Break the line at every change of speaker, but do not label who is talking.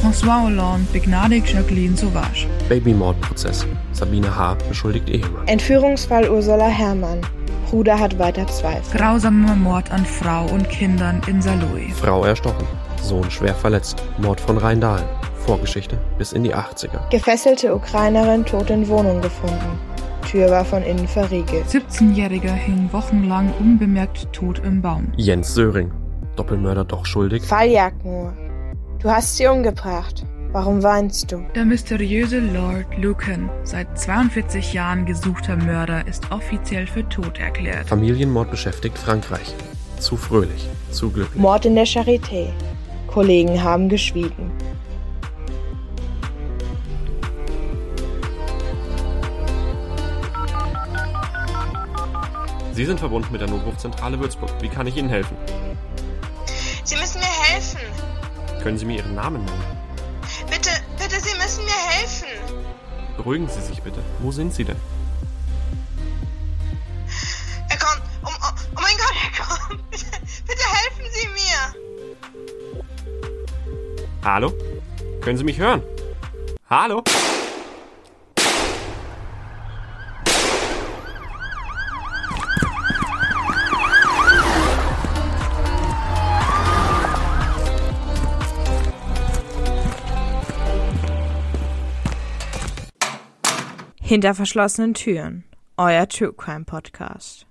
François Hollande begnadigt Jacqueline Sauvage.
Babymordprozess. Sabine H. beschuldigt Ehemann.
Entführungsfall Ursula Herrmann. Bruder hat weiter Zweifel.
Grausamer Mord an Frau und Kindern in Saloy.
Frau erstochen. Sohn schwer verletzt. Mord von Rheindahl. Vorgeschichte bis in die 80er.
Gefesselte Ukrainerin tot in Wohnung gefunden. Tür war von innen verriegelt.
17-Jähriger hing wochenlang unbemerkt tot im Baum.
Jens Söring. Doppelmörder doch schuldig.
Falljagd nur. Du hast sie umgebracht. Warum weinst du?
Der mysteriöse Lord Lucan, seit 42 Jahren gesuchter Mörder, ist offiziell für tot erklärt.
Familienmord beschäftigt Frankreich. Zu fröhlich, zu glücklich.
Mord in der Charité. Kollegen haben geschwiegen.
Sie sind verbunden mit der Notrufzentrale Würzburg. Wie kann ich Ihnen helfen?
Sie müssen mir helfen.
Können Sie mir Ihren Namen nennen?
Bitte, bitte, Sie müssen mir helfen.
Beruhigen Sie sich bitte. Wo sind Sie denn?
Er kommt. Oh, oh, oh mein Gott, er kommt. Bitte, bitte helfen Sie mir.
Hallo? Können Sie mich hören? Hallo?
Hinter verschlossenen Türen. Euer True Crime Podcast.